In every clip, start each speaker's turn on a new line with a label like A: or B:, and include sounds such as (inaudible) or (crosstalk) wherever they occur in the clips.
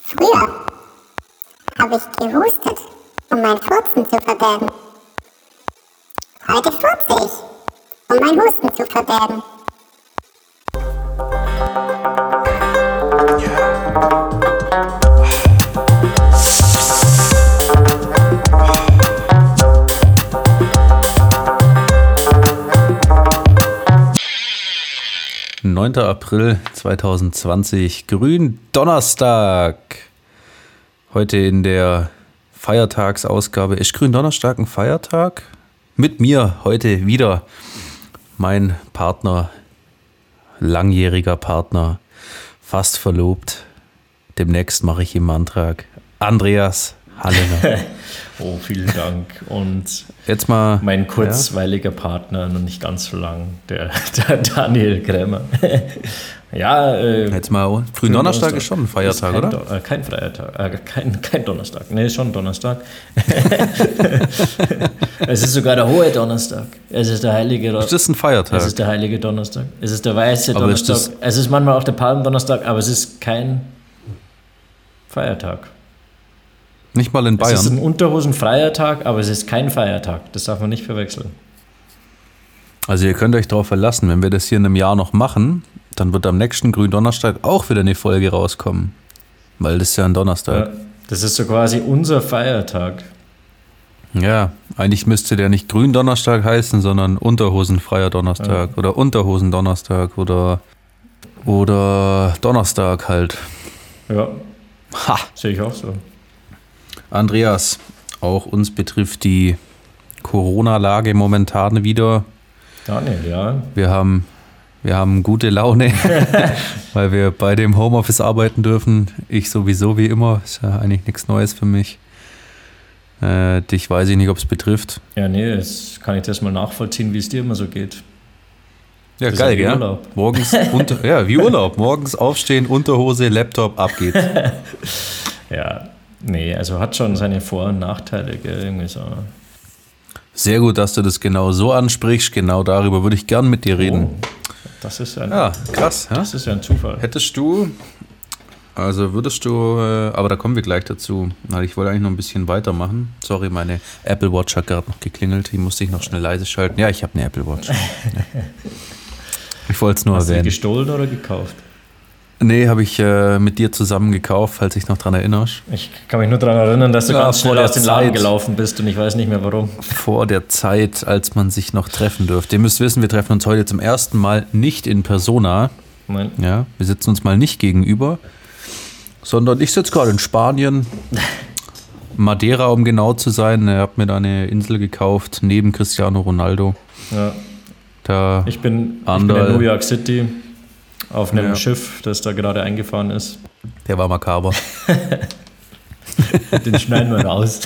A: Früher habe ich gehustet, um mein Furzen zu verbergen. Heute furze ich, um mein Husten zu verbergen.
B: Neunter April 2020, Grün Donnerstag. Heute in der Feiertagsausgabe. Ist Grün Donnerstag ein Feiertag? Mit mir heute wieder mein Partner, langjähriger Partner, fast verlobt. Demnächst mache ich ihm einen Antrag. Andreas
C: (laughs)
B: Hallener.
C: Oh, vielen Dank. Und
B: Jetzt mal.
C: mein kurzweiliger Partner, noch nicht ganz so lang, der, (laughs) der Daniel Krämer. (laughs) ja, äh,
B: Jetzt mal. Grün Donnerstag ist schon ein Feiertag,
C: kein
B: oder?
C: Don- Äh, kein Freitag, äh, kein, (laughs) kein Donnerstag. Nee, schon
B: (laughs)
C: Donnerstag. es ist sogar der hohe Donnerstag. Es ist der heilige Donnerstag.
B: Ist das ein Feiertag?
C: Es ist der heilige Donnerstag. Es ist der weiße
B: Aber ist
C: Donnerstag. es ist manchmal auch der Palmdonnerstag, aber es ist kein Feiertag.
B: Nicht mal in
C: Es ist
B: Bayern.
C: ein Unterhosenfreiertag, aber es ist kein Feiertag. Das darf man nicht verwechseln.
B: Also ihr könnt euch darauf verlassen, wenn wir das hier in einem Jahr noch machen, dann wird am nächsten Gründonnerstag auch wieder eine Folge rauskommen. Weil das ist ja ein Donnerstag.
C: Ja. Das ist so quasi unser Feiertag.
B: Ja, eigentlich müsste der nicht Gründonnerstag heißen, sondern Unterhosenfreier Donnerstag oder Unterhosendonnerstag oder oder Donnerstag halt.
C: Ja,
B: Ha!
C: sehe ich auch so.
B: Andreas, auch uns betrifft die Corona-Lage momentan wieder.
C: Daniel, ja.
B: Wir haben, wir haben gute Laune, weil wir bei dem Homeoffice arbeiten dürfen. Ich sowieso wie immer. Ist ja eigentlich nichts Neues für mich. Äh, dich weiß ich nicht, ob es betrifft.
C: Ja, nee, jetzt kann ich das mal nachvollziehen, wie es dir immer so geht.
B: Ja,
C: Das ist ja wie Urlaub.
B: Morgens unter, ja, wie Urlaub. Morgens aufstehen, Unterhose, Laptop, ab geht's.
C: Ja, nee, also hat schon seine Vor- und Nachteile, gell, irgendwie so.
B: Sehr gut, dass du das genau so ansprichst. Genau darüber würde ich gern mit dir
C: Oh,
B: reden.
C: das ist ein,
B: Oh. Ja, krass. Ja?
C: das ist ja ein Zufall.
B: Hättest du, also würdest du, äh, aber da kommen wir gleich dazu. Na, Ich wollte eigentlich noch ein bisschen weitermachen. Sorry, meine Apple Watch hat gerade noch geklingelt. Die musste ich noch schnell leise schalten. Ja, ich habe eine Apple
C: (laughs)
B: Watch. Ja. Ich wollte es nur
C: Hast du die
B: erwähnen.
C: gestohlen oder gekauft?
B: Nee, habe ich äh, mit dir zusammen gekauft, falls dich noch dran erinnerst.
C: Ich kann mich nur daran erinnern, dass du
B: Ja,
C: ganz
B: vor
C: schnell
B: der
C: aus dem Laden
B: Zeit.
C: gelaufen bist und ich weiß nicht mehr warum.
B: Vor der Zeit, als man sich noch treffen dürfte. Ihr müsst wissen, wir treffen uns heute zum ersten Mal nicht in Persona.
C: Nein.
B: Ja, wir sitzen uns mal nicht gegenüber, sondern ich sitze gerade in
C: (laughs)
B: Spanien, Madeira, um genau zu sein. Ich habe mir da eine Insel gekauft neben Cristiano Ronaldo.
C: Ja.
B: Da
C: Ich bin, ich bin
B: Anderl.
C: in New York City auf einem
B: Ja.
C: Schiff, das da gerade eingefahren ist.
B: der war makaber.
C: Den schneiden wir raus.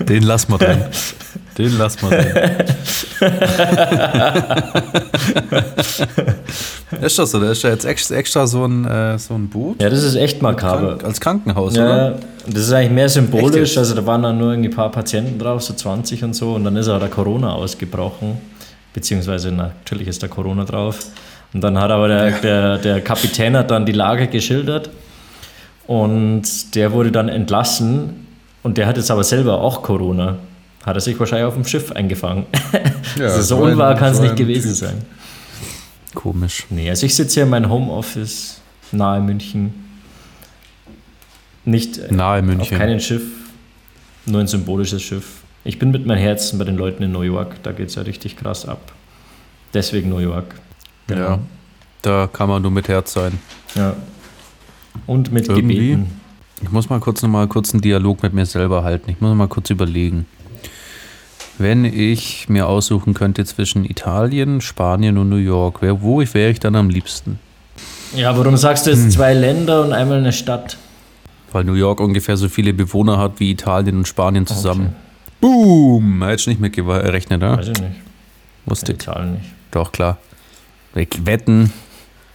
B: Den lassen wir drin. Den lassen wir drin.
C: (laughs)
B: ist das so? Da ist ja jetzt ex- extra so ein, äh, so ein Boot
C: (laughs) Ja, das ist echt makaber.
B: Krank- als Krankenhaus, oder?
C: Ja, das ist eigentlich mehr
B: Echt
C: symbolisch.
B: jetzt?
C: Also da waren dann nur irgendwie ein paar Patienten drauf, so 20 und so. Und dann ist auch der Corona ausgebrochen. Beziehungsweise natürlich ist da Corona drauf. Und dann hat aber der, der, der Kapitän hat dann die Lage geschildert. Und der wurde dann entlassen. Und der hat jetzt aber selber auch Corona. Hat er sich wahrscheinlich auf dem Schiff eingefangen. (laughs) also so
B: ein-
C: unwahr kann es
B: so
C: nicht
B: ein
C: gewesen
B: Typ.
C: sein.
B: Komisch.
C: Nee, also ich sitze hier in meinem Homeoffice nahe München. Nicht äh,
B: Nahe
C: auf
B: München.
C: keinem Schiff, nur ein symbolisches Schiff. Ich bin mit meinem Herzen bei den Leuten in New York, da geht es ja richtig krass ab. Deswegen New York.
B: Ja. Da kann man nur mit Herz sein.
C: ja. Und mit
B: Irgendwie.
C: Gebeten.
B: Ich muss mal kurz nochmal kurz einen Dialog mit mir selber halten. Ich muss mal kurz überlegen. Wenn ich mir aussuchen könnte zwischen Italien, Spanien und New York, wer, wo ich- wäre ich dann am liebsten?
C: Ja, warum sagst du
B: Hm.
C: jetzt zwei Länder und einmal eine Stadt?
B: Weil New York ungefähr so viele Bewohner hat wie Italien und Spanien zusammen. Boom! Hättest du nicht mitgerechnet, ne?
C: Weiß ich nicht.
B: Wusste
C: Die
B: ich.
C: Zahlen nicht.
B: Doch, klar. Ich wetten.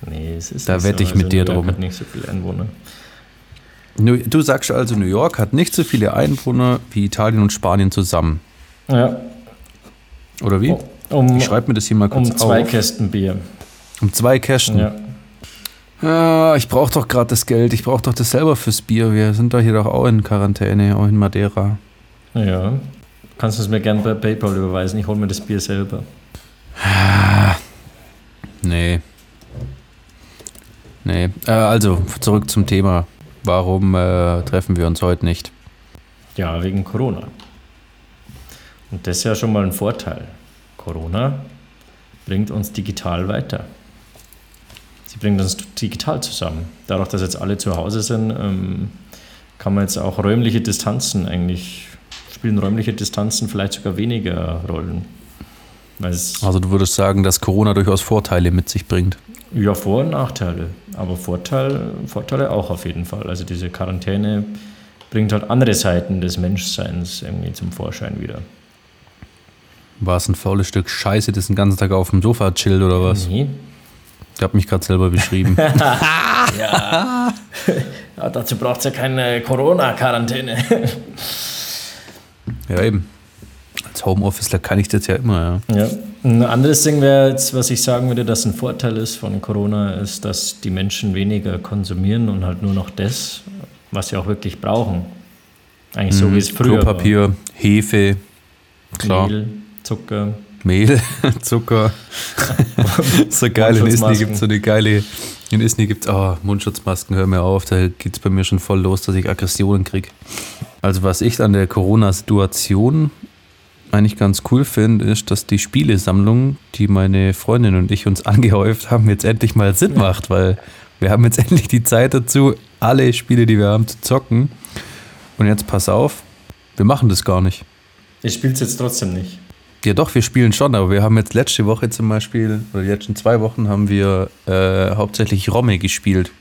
C: Nee, es ist
B: Da
C: nicht
B: wette ich
C: Also
B: mit dir
C: New York
B: drum.
C: Hat nicht so viele Einwohner.
B: Nu- Du sagst also, New York hat nicht so viele Einwohner wie Italien und Spanien zusammen.
C: Ja,
B: Oder wie?
C: Oh, um,
B: Ich schreibe mir das hier mal kurz
C: um zwei
B: auf.
C: Kästen Bier.
B: Um zwei Kästen.
C: Ja.
B: Ja, ich brauche doch gerade das Geld. Ich brauche doch das selber fürs Bier. Wir sind doch hier doch auch in Quarantäne, auch in Madeira.
C: Ja. Kannst du es mir gern per PayPal überweisen? Ich hole mir das Bier selber.
B: Nee. Nee. Äh, also, zurück zum Thema. Warum äh, treffen wir uns heute nicht?
C: Ja, wegen Corona. Und das ist ja schon mal ein Vorteil. Corona bringt uns digital weiter. Sie bringt uns digital zusammen. Dadurch, dass jetzt alle zu Hause sind, ähm, kann man jetzt auch räumliche Distanzen eigentlich, spielen räumliche Distanzen vielleicht sogar weniger Rollen. Weil es
B: Also, du würdest sagen, dass Corona durchaus Vorteile mit sich bringt.
C: ja Vor- und Nachteile, aber Vorteil, Vorteile auch auf jeden Fall. Also diese Quarantäne bringt halt andere Seiten des Menschseins irgendwie zum Vorschein wieder.
B: War es ein faules Stück Scheiße, das den ganzen Tag auf dem Sofa chillt oder was?
C: Nee.
B: Ich habe mich gerade selber (laughs) beschrieben.
C: Ja, dazu braucht es ja keine Corona-Quarantäne.
B: ja, eben. Als Homeofficer kann ich das ja immer, ja.
C: (laughs) Ja. Ein anderes Ding wäre jetzt, was ich sagen würde, dass ein Vorteil ist von Corona, ist, dass die Menschen weniger konsumieren und halt nur noch das, was sie auch wirklich brauchen. Eigentlich so wie es früher
B: Mhm. Klopapier, Hefe, klar,
C: war. Mehl,
B: (laughs)
C: Zucker.
B: Mehl, Zucker. (laughs) so geil, in Isny
C: Mundschutzmasken.
B: gibt es so eine geile, in Isny gibt es, oh, Mundschutzmasken, hör mir auf, da geht es bei mir schon voll los, dass ich Aggressionen kriege. Also was ich an der Corona-Situation eigentlich ganz cool finde, ist, dass die Spielesammlung, die meine Freundin und ich uns (laughs) angehäuft haben, jetzt endlich mal Sinn macht, weil wir haben jetzt (laughs) endlich die Zeit dazu, alle Spiele, die wir haben, zu zocken. Und jetzt pass auf, wir machen das gar nicht.
C: Ihr spielt es jetzt trotzdem nicht.
B: Ja doch, wir spielen schon, aber wir haben jetzt letzte Woche zum Beispiel, oder die letzten zwei Wochen haben wir äh, hauptsächlich Romme gespielt.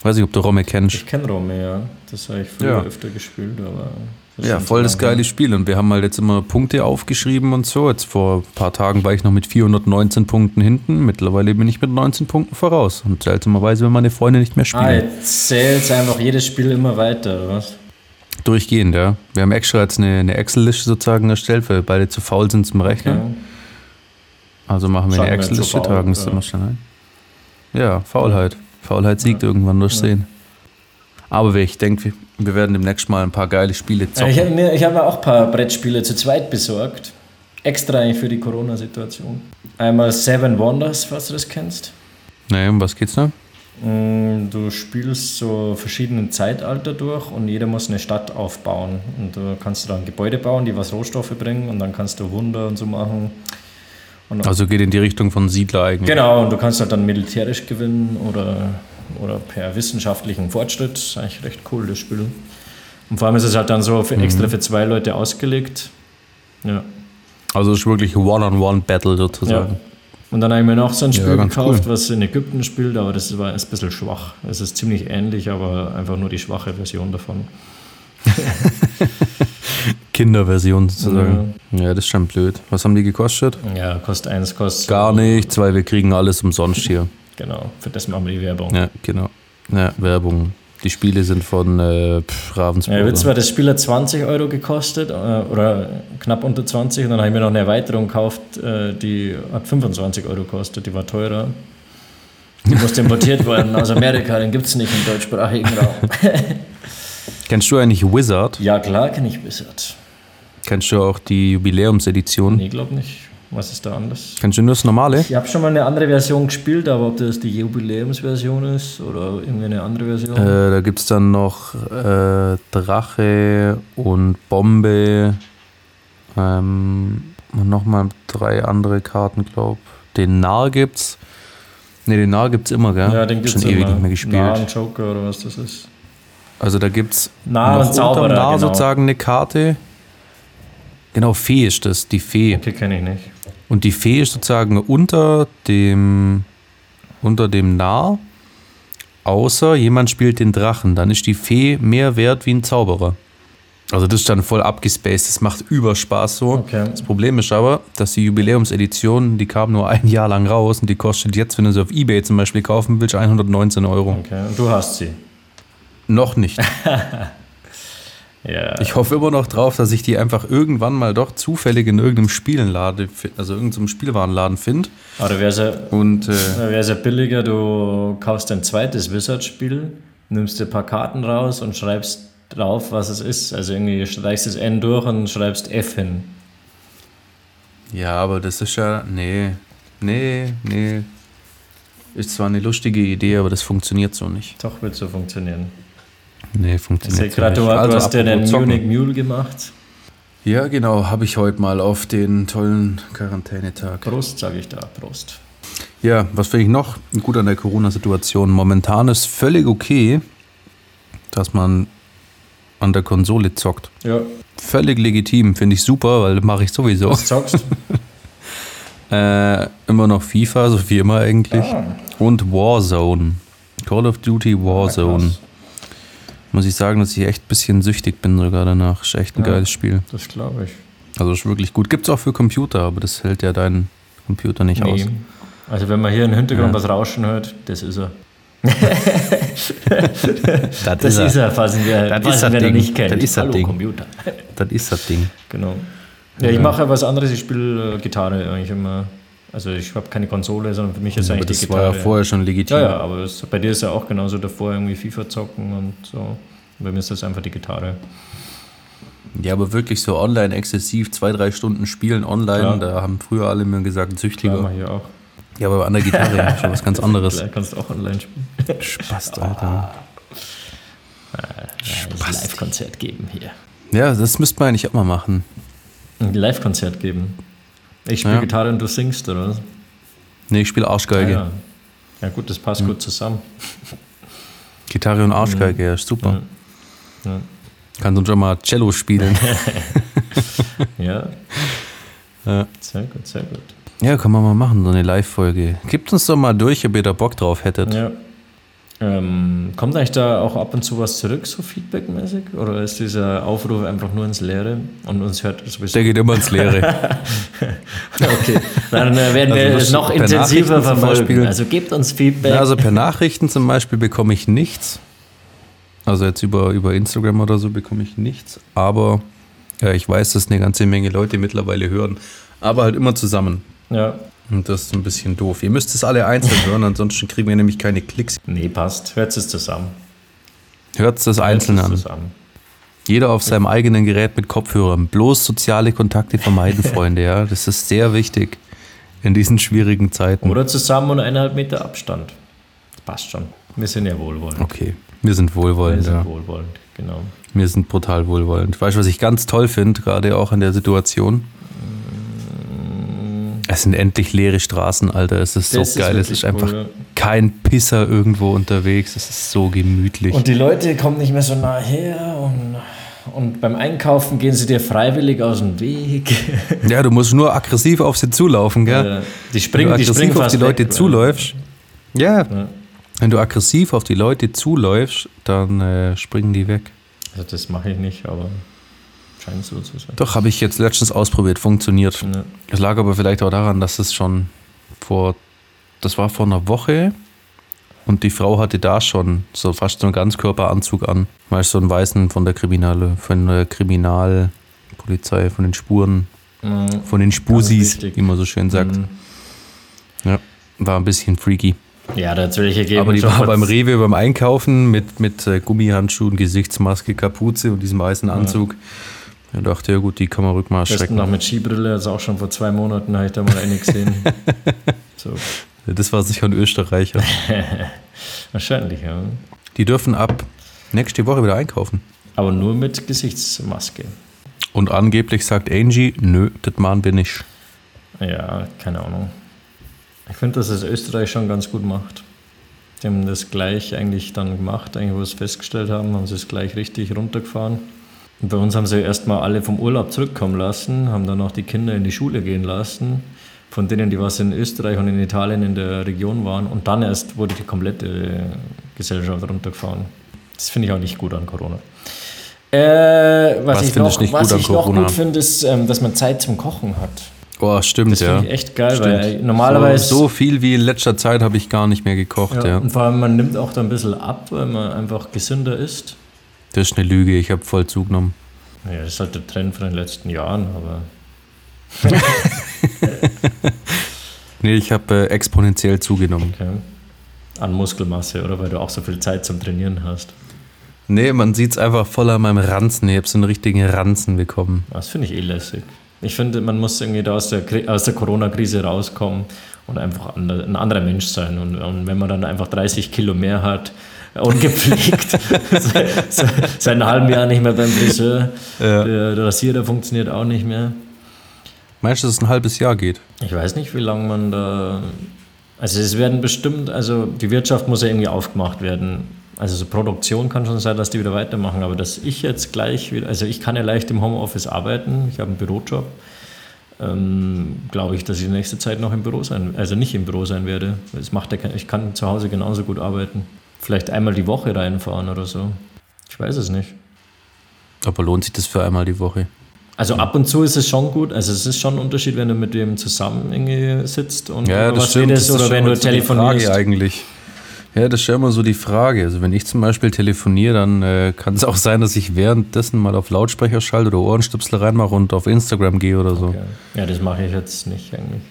B: Ich weiß nicht, ob du Romme kennst.
C: Ich kenne Rome, ja. Das habe ich früher
B: Ja.
C: öfter gespielt, aber. das ist
B: Ja,
C: schon
B: voll
C: so
B: das
C: lange
B: geile Spiel. Und wir haben halt jetzt immer Punkte aufgeschrieben und so. Jetzt vor ein paar Tagen war ich noch mit 419 Punkten hinten. Mittlerweile bin ich mit 19 Punkten voraus. Und seltsamerweise, wenn meine Freunde nicht mehr
C: her. Ah,
B: spielen.
C: jetzt zählt einfach jedes Spiel immer weiter, oder was?
B: Durchgehend, ja. Wir haben extra jetzt eine, eine Excel-Liste sozusagen erstellt, weil wir beide zu faul sind zum Rechnen.
C: Ja.
B: Also machen wir
C: Schauen
B: eine
C: wir jetzt,
B: Excel-Liste,
C: ob er-
B: tragen es
C: ja.
B: immer schnell ein. Ja, Faulheit. Faulheit siegt irgendwann, wirst sehen. Aber ich denke, wir- wir werden demnächst mal ein paar geile Spiele
C: Ja, Äh, ich
B: zocken.
C: habe mir, ich hab mir auch ein paar Brettspiele zu zweit besorgt. Extra eigentlich für die Corona-Situation. Einmal Seven Wonders, falls du das kennst.
B: Naja, um was geht's da?
C: Mm, Du spielst so verschiedene Zeitalter durch und jeder muss eine Stadt aufbauen. Und da kannst du dann Gebäude bauen, die was Rohstoffe bringen und dann kannst du Wunder und so machen.
B: Also geht in die Richtung von Siedler eigentlich.
C: Genau, und du kannst halt dann militärisch gewinnen oder, oder per wissenschaftlichen Fortschritt. Das ist eigentlich recht cool, das Spiel. Und vor allem ist es halt dann so für extra für zwei Leute ausgelegt. Ja. Genau.
B: Also es ist wirklich One-on-One-Battle sozusagen.
C: Ja. Und dann habe ich mir noch so ein Spiel
B: ganz
C: gekauft, was in Ägypten spielt, aber das war ist ein bisschen schwach. Es ist ziemlich ähnlich, aber einfach nur die schwache Version davon.
B: Kinderversion sozusagen.
C: Mhm.
B: Ja. das ist schon blöd. Was haben die gekostet?
C: Ja, kostet eins, kostet.
B: Gar nichts, weil wir kriegen alles umsonst hier.
C: Genau, für das machen wir die Werbung. Ja.
B: Ja, genau. Ja, Werbung. Die Spiele sind von äh, pff, Ravensburger.
C: der Witz war, das Spiel hat 20 Euro gekostet äh, oder knapp unter 20 und dann habe ich mir noch eine Erweiterung gekauft, äh, die hat 25 Euro gekostet, die war teurer. Die musste importiert werden aus Amerika, den gibt es nicht im deutschsprachigen Raum.
B: Kennst du eigentlich Wizard?
C: Ja klar, kenne ich Wizard.
B: Kennst du auch die Jubiläumsedition?
C: Nee, glaube nicht. Was ist da anders?
B: Kennst du nur das normale?
C: Ich habe schon mal eine andere Version gespielt, aber ob das die Jubiläumsversion ist oder irgendwie eine andere Version.
B: Äh, da gibt es dann noch äh, Drache und Bombe ähm, und nochmal drei andere Karten, glaub. Den Nar gibt's. Ne, den Nar gibt's immer, gell?
C: ja, den gibt's
B: Schon ewig
C: immer.
B: nicht mehr gespielt.
C: Nah, ein Joker oder was das ist.
B: Also da gibt's
C: Nah
B: noch
C: und Zauberer,
B: unterm Nar
C: genau.
B: sozusagen eine Karte. Genau, Fee ist das, die Fee.
C: Okay, kenne ich nicht.
B: Und die Fee ist sozusagen unter dem, unter dem Narr, außer jemand spielt den Drachen. Dann ist die Fee mehr wert wie ein Zauberer. Also das ist dann voll abgespaced, das macht über Spaß so.
C: Okay.
B: Das Problem ist aber, dass die Jubiläumsedition, die kam nur ein Jahr lang raus und die kostet jetzt, wenn du sie auf Ebay zum Beispiel kaufen willst, 119 Euro.
C: Okay, und du hast sie.
B: Noch nicht.
C: Ja.
B: Ich hoffe immer noch drauf, dass ich die einfach irgendwann mal doch zufällig in irgendeinem Spielenladen, fi- also irgendeinem Spielwarenladen finde.
C: Aber wäre es ja,
B: Und äh,
C: wäre es ja billiger, du kaufst ein zweites Wizard-Spiel, nimmst dir ein paar Karten raus und schreibst drauf, was es ist. Also irgendwie streichst das N durch und schreibst F hin.
B: ja, aber das ist ja. Nee. Nee, nee. Ist zwar eine lustige Idee, aber das funktioniert so nicht.
C: Doch, wird so funktionieren.
B: Nee,
C: Ich sehe
B: funktioniert Also
C: gerade, du, du hast dir den
B: apropos zocken.
C: Munich Mule gemacht.
B: Ja, genau, habe ich heute mal auf den tollen Quarantänetag.
C: Prost, sage ich da. Prost.
B: Ja, was finde ich noch gut an der Corona-Situation? Momentan ist völlig okay, dass man an der Konsole zockt.
C: Ja,
B: Völlig legitim, finde ich super, weil mache ich sowieso.
C: was zockst?
B: Äh, immer noch FIFA, so wie immer eigentlich.
C: Ah.
B: Und Warzone. Call of Duty Warzone.
C: krass.
B: Muss ich sagen, dass ich echt ein bisschen süchtig bin sogar danach. Ist echt ein
C: Ja.
B: geiles Spiel.
C: Das glaube ich.
B: Also ist wirklich gut. Gibt's auch für Computer, aber das hält ja dein Computer nicht aus.
C: Nee. Also wenn man hier im Hintergrund
B: Ja.
C: was rauschen hört, das ist er.
B: Das,
C: Das ist er, falls ihn wir,
B: Das
C: falls
B: ist das
C: ihn wir noch
B: Ding.
C: nicht kennen.
B: Das ist das
C: Hallo
B: Ding.
C: Computer.
B: Das ist das Ding.
C: Genau. Ja, ich mache was anderes, ich spiele äh, Gitarre eigentlich immer. Also ich habe keine Konsole, sondern für mich ist
B: Aber
C: eigentlich die
B: das war
C: Gitarre.
B: ja vorher schon legitim.
C: ja, ja, aber es, bei dir ist ja auch genauso davor irgendwie FIFA zocken und so. Bei mir ist das einfach die Gitarre.
B: Ja, aber wirklich so online exzessiv, zwei, drei Stunden spielen online,
C: Klar.
B: da haben früher alle mir gesagt,
C: Klar,
B: Süchtiger.
C: mache ich auch.
B: Ja, aber an der
C: (laughs)
B: Gitarre schon was ganz anderes.
C: Klar, kannst du auch online spielen.
B: Spaß, Alter.
C: Ja, ein Live-Konzert geben hier.
B: Ja, das müsste man eigentlich auch mal machen.
C: Ein Live-Konzert geben. Ich spiele
B: Ja.
C: Gitarre und du singst, oder was?
B: Nee, ich spiele Arschgeige.
C: Ja. ja gut, das
B: Hm.
C: passt gut zusammen.
B: Gitarre und Arschgeige, ja, ist super.
C: Mhm. Ja.
B: Kannst du schon mal Cello
C: (laughs)
B: spielen.
C: Ja.
B: Ja.
C: Sehr gut, sehr gut.
B: ja, kann man mal machen, so eine Live-Folge. Gebt uns doch mal durch, ob ihr da Bock drauf hättet.
C: Ja. Ähm, kommt eigentlich da auch ab und zu was zurück, so feedbackmäßig? Oder ist dieser Aufruf einfach nur ins Leere und uns hört sowieso?
B: Der geht immer ins Leere.
C: (laughs) Okay, dann äh, werden wir
B: Also
C: es
B: das-
C: noch
B: per Nachrichten
C: intensiver
B: zum
C: verfolgen.
B: Beispiel.
C: Also gebt uns Feedback.
B: Na, also per Nachrichten zum Beispiel bekomme ich nichts. Also jetzt über, über Instagram oder so bekomme ich nichts. Aber ja, ich weiß, dass eine ganze Menge Leute mittlerweile hören. Aber halt immer zusammen.
C: ja.
B: Und das ist ein bisschen doof. Ihr müsst es alle einzeln hören, ansonsten kriegen wir nämlich keine Klicks.
C: Nee, passt. Hört es zusammen.
B: Hört es das einzeln
C: Hört es
B: an.
C: zusammen.
B: Jeder auf seinem eigenen Gerät mit Kopfhörern. Bloß soziale Kontakte
C: (laughs)
B: vermeiden, Freunde. Ja, das ist sehr wichtig in diesen schwierigen Zeiten.
C: Oder zusammen und eineinhalb Meter Abstand. Das passt schon. Wir sind ja wohlwollend.
B: Okay, wir sind wohlwollend.
C: Wir sind
B: ja.
C: wohlwollend, genau.
B: Wir sind brutal wohlwollend. Weißt du, was ich ganz toll finde, gerade auch in der
C: Mm.
B: Situation? Es sind endlich leere Straßen, Alter. Es ist so
C: Das ist
B: geil. es
C: wirklich
B: ist einfach
C: cool, ja.
B: kein Pisser irgendwo unterwegs. Es ist so gemütlich.
C: Und die Leute kommen nicht mehr so nah her und, und beim Einkaufen gehen sie dir freiwillig aus dem Weg.
B: ja, du musst nur aggressiv auf sie zulaufen, gell?
C: (laughs) Äh,
B: Wenn du
C: die springen, die
B: aggressiv
C: springen
B: auf
C: fast
B: die Leute
C: weg,
B: zuläufst. Ja.
C: Ja.
B: Wenn du aggressiv auf die Leute zuläufst, dann äh, springen die weg.
C: Also das mache ich nicht, aber scheint so zu sein.
B: Doch, habe ich jetzt letztens ausprobiert, funktioniert.
C: Ja.
B: Es lag aber vielleicht auch daran, dass es schon vor, das war vor einer Woche und die Frau hatte da schon so fast so einen Ganzkörperanzug an. Weißt du, so einen weißen von der Kriminale, von der Kriminalpolizei, von den Spuren,
C: Mhm.
B: von den Spusis,
C: wichtig.
B: wie man so schön sagt. Ja, war ein bisschen freaky.
C: Ja, da hat es welche gegeben.
B: Aber die
C: schon
B: war
C: vor-
B: beim Rewe beim Einkaufen mit, mit äh, Gummihandschuhen, Gesichtsmaske, Kapuze und diesem weißen Anzug. Ich dachte, ja gut, die kann man rückmarsch
C: Besten
B: schrecken.
C: noch mit Skibrille, also auch schon vor zwei Monaten habe ich da mal eine
B: (laughs)
C: gesehen. so,
B: Das war sicher ein Österreicher.
C: wahrscheinlich, ja.
B: Die dürfen ab nächste Woche wieder einkaufen.
C: Aber nur mit Gesichtsmaske.
B: Und angeblich sagt Angie, nö, das machen wir nicht.
C: Ja, keine Ahnung. Ich finde, dass es Österreich schon ganz gut macht. Die haben das gleich eigentlich dann gemacht, eigentlich, wo sie es festgestellt haben, haben sie es gleich richtig runtergefahren. Und bei uns haben sie erstmal alle vom Urlaub zurückkommen lassen, haben dann auch die Kinder in die Schule gehen lassen, von denen, die was in Österreich und in Italien in der Region waren. Und dann erst wurde die komplette äh, Gesellschaft runtergefahren. Das finde ich auch nicht gut an Corona. Äh, was,
B: Was
C: ich
B: findest
C: noch,
B: du nicht
C: was
B: gut an
C: ich noch
B: Corona?
C: gut finde, ist, ähm, dass man Zeit zum Kochen hat.
B: Oh, stimmt,
C: Das
B: ja.
C: finde ich echt geil,
B: Stimmt.
C: weil normalerweise.
B: So, so viel wie in letzter Zeit habe ich gar nicht mehr gekocht,
C: ja,
B: ja.
C: Und vor allem, man nimmt auch da ein bisschen ab, weil man einfach gesünder ist.
B: Das ist eine Lüge, ich habe voll zugenommen.
C: Ja, das ist halt der Trend von den letzten Jahren, aber
B: Nee, ich habe äh, exponentiell zugenommen.
C: okay. An Muskelmasse, oder? Weil du auch so viel Zeit zum Trainieren hast.
B: Nee, man sieht es einfach voll an meinem Ranzen. Ich habe so einen richtigen Ranzen bekommen.
C: Das finde ich eh lässig. Ich finde, man muss irgendwie da aus der, Kri- aus der Corona-Krise rauskommen und einfach ander, ein anderer Mensch sein. Und, und wenn man dann einfach 30 Kilo mehr hat, (laughs) ungepflegt, (laughs) se- se- seit einem halben Jahr nicht mehr beim Friseur,
B: Ja.
C: der Rasierer funktioniert auch nicht mehr.
B: Meinst du, dass es ein halbes Jahr geht?
C: Ich weiß nicht, wie lange man da. Also es werden bestimmt, also die Wirtschaft muss ja irgendwie aufgemacht werden. Also so Produktion kann schon sein, dass die wieder weitermachen, aber dass ich jetzt gleich wieder, also ich kann ja leicht im Homeoffice arbeiten, ich habe einen Bürojob, ähm, glaube ich, dass ich die nächste Zeit noch im Büro sein, also nicht im Büro sein werde. Es macht ja kein, ich kann zu Hause genauso gut arbeiten. Vielleicht einmal die Woche reinfahren oder so. Ich weiß es nicht.
B: Aber lohnt sich das für einmal die Woche?
C: Also ab und zu ist es schon gut. Also es ist schon ein Unterschied, wenn du mit dem zusammen irgendwie sitzt und über was redest
B: ist
C: oder
B: schon
C: wenn
B: immer
C: du
B: so die
C: telefonierst.
B: Frage eigentlich. Ja, das ist ja immer so die Frage. Also wenn ich zum Beispiel telefoniere, dann äh, kann es (laughs) auch sein, dass ich währenddessen mal auf Lautsprecher schalte oder Ohrenstöpsel reinmache und auf Instagram gehe oder so.
C: Ja, das mache ich jetzt nicht eigentlich.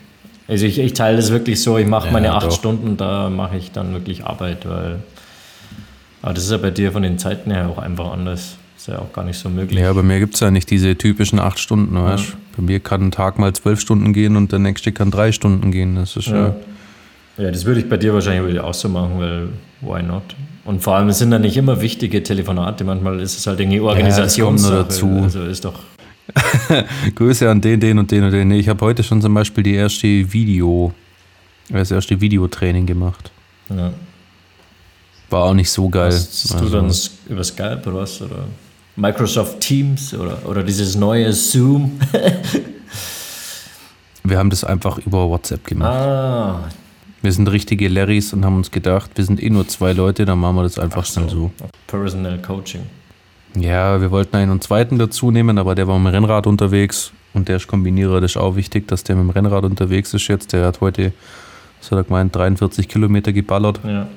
C: Also ich, ich teile das wirklich so, ich mache
B: Ja,
C: meine acht
B: doch.
C: Stunden, da mache ich dann wirklich Arbeit, weil. Aber das ist ja bei dir von den Zeiten her auch einfach anders. Ist ja auch gar nicht so möglich.
B: Ja, bei mir gibt es ja nicht diese typischen acht Stunden, weißt du? Bei mir kann ein Tag mal zwölf Stunden gehen und der nächste kann drei Stunden gehen. Das ist ja.
C: Ja. Ja, das würde ich bei dir wahrscheinlich würde ich auch so machen, weil why not? Und vor allem es sind dann nicht immer wichtige Telefonate, manchmal ist es halt irgendwie Organisationssache.
B: kommt nur dazu.
C: Also ist doch
B: Grüße an den, den und den und den. Nee, ich habe heute schon zum Beispiel die erste Video, das erste Videotraining gemacht.
C: ja.
B: War auch nicht so geil. Also,
C: Hast du dann s- über Skype oder was? Oder Microsoft Teams oder, oder dieses neue Zoom?
B: wir haben das einfach über WhatsApp gemacht.
C: Ah,
B: Wir sind richtige Larrys und haben uns gedacht, wir sind eh nur zwei Leute, dann machen wir das einfach schnell so.
C: Personal Coaching.
B: Ja, wir wollten einen zweiten dazu nehmen, aber der war mit dem Rennrad unterwegs und der ist Kombinierer, das ist auch wichtig, dass der mit dem Rennrad unterwegs ist jetzt. Der hat heute, was hat er gemeint, 43 Kilometer geballert.
C: Ja.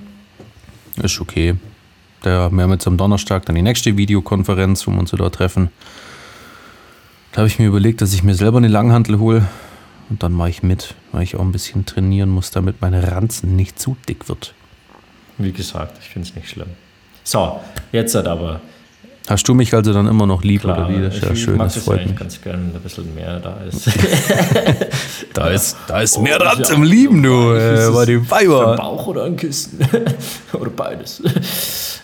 B: Ist okay. Da, wir haben jetzt am Donnerstag dann die nächste Videokonferenz, wo wir uns wieder treffen. Da habe ich mir überlegt, dass ich mir selber eine Langhantel hole. Und dann mache ich mit, weil ich auch ein bisschen trainieren muss, damit meine Ranzen nicht zu dick wird.
C: Wie gesagt, ich finde es nicht schlimm. So, jetzt hat aber
B: Hast du mich also dann immer noch lieb
C: klar.
B: oder wie? Das ist ja
C: ich
B: schön,
C: mag
B: das
C: das
B: freut
C: eigentlich
B: mich.
C: ganz gern, wenn ein bisschen mehr da
B: (laughs)
C: ist.
B: Da ist, da ist mehr
C: Oh, das
B: Rand
C: ist ja
B: im
C: auch
B: Lieben,
C: so
B: du,
C: fein.
B: äh,
C: Das
B: bei
C: ist
B: den
C: Für den
B: Weiber.
C: Bauch oder ein Kissen. (laughs) oder beides.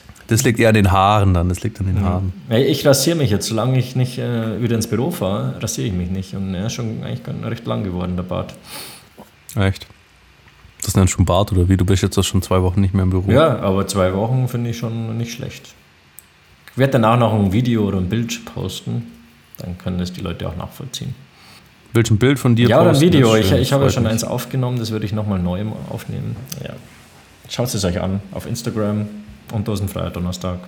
C: (laughs)
B: Das liegt eher an den Haaren dann, das liegt an
C: Mhm.
B: den Haaren.
C: Hey, ich rasiere mich jetzt, solange ich nicht äh, wieder ins Büro fahre, rasiere ich mich nicht. Und er ist schon eigentlich ganz, recht lang geworden, der Bart.
B: Echt? Das nennt schon Bart oder wie? Du bist jetzt doch schon zwei Wochen nicht mehr im Büro.
C: Ja, aber zwei Wochen finde ich schon nicht schlecht. Ich werde danach noch ein Video oder ein Bild posten. Dann können das die Leute auch nachvollziehen.
B: Willst du ein Bild von dir
C: ja, oder ein
B: posten?
C: Video.
B: Das ist
C: Ich,
B: schön,
C: ich habe ja
B: freut
C: schon
B: mich.
C: eins aufgenommen, das würde ich nochmal neu aufnehmen. Ja. Schaut es euch an auf Instagram und Dosenfreier Donnerstag.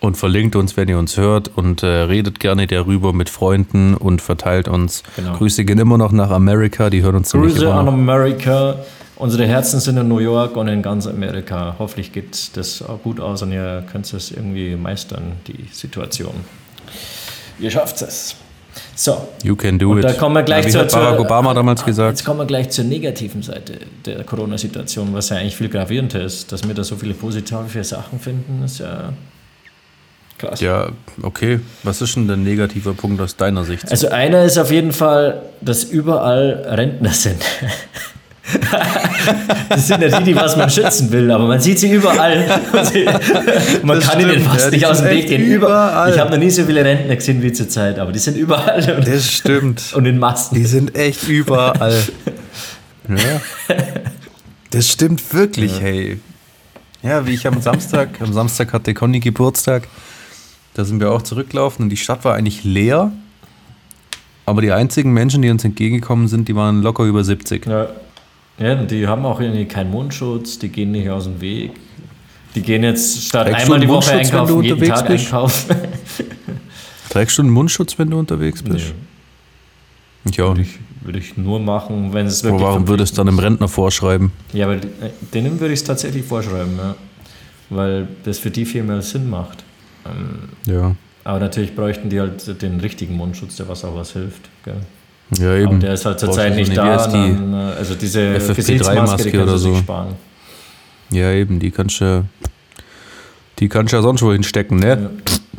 B: Und verlinkt uns, wenn ihr uns hört und äh, redet gerne darüber mit Freunden und verteilt uns.
C: Genau.
B: Grüße gehen immer noch nach Amerika, die hören uns nämlich
C: Grüße
B: immer
C: an
B: noch.
C: Amerika. Unsere Herzen sind in New York und in ganz Amerika. Hoffentlich geht das auch gut aus und ihr könnt es irgendwie meistern, die Situation. Ihr schafft es. So,
B: You can do it.
C: da kommen wir gleich
B: Ja, wie
C: zur-
B: hat Barack
C: zur-
B: Obama damals
C: Jetzt
B: gesagt.
C: kommen wir gleich zur negativen Seite der Corona-Situation, was ja eigentlich viel gravierender ist, dass wir da so viele positive Sachen finden, ist ja krass.
B: Ja, okay. Was ist denn der negative Punkt aus deiner Sicht?
C: Also einer ist auf jeden Fall, dass überall Rentner sind. Das sind ja die, die was man schützen will, aber man sieht sie überall. Man kann ihnen
B: stimmt,
C: fast
B: ja, die
C: nicht aus dem
B: sind
C: Weg
B: echt
C: gehen. Über-
B: überall.
C: Ich habe noch nie so viele Rentner gesehen wie zurzeit, aber die sind überall und,
B: das stimmt.
C: und in Massen.
B: Die sind echt überall. ja. Das stimmt wirklich, hey. Ja, wie ich am Samstag, am Samstag hatte Conny Geburtstag. Da sind wir auch zurückgelaufen und die Stadt war eigentlich leer. Aber die einzigen Menschen, die uns entgegengekommen sind, die waren locker über 70.
C: Ja. ja, und die haben auch irgendwie keinen Mundschutz, die gehen nicht aus dem Weg. Die gehen jetzt statt
B: Trägst du
C: einmal die
B: einen
C: Woche
B: Mundschutz, wenn du
C: einkaufen, jeden
B: unterwegs
C: Tag
B: bist?
C: einkaufen.
B: Trägst du einen Mundschutz, wenn du unterwegs
C: (laughs)
B: bist? Ich auch nicht.
C: Würde ich nur machen, wenn es wirklich.
B: warum würdest du dann dem Rentner vorschreiben?
C: Ja, äh, aber denen würde ich es tatsächlich vorschreiben, ja. weil das für die viel mehr Sinn macht.
B: Ja.
C: Aber natürlich bräuchten die halt den richtigen Mundschutz, der was auch was hilft. Gell?
B: Ja, eben.
C: Aber der ist halt zurzeit
B: Brauchst du
C: nicht
B: so eine- wie
C: da.
B: heißt die?
C: dann, äh, also diese
B: FFP3
C: Gesichtsmaske,
B: Maske
C: die kannst
B: oder
C: du sich
B: so.
C: sparen.
B: Ja, eben, die kannst du ja- die kannst du ja sonst wohin stecken, ne?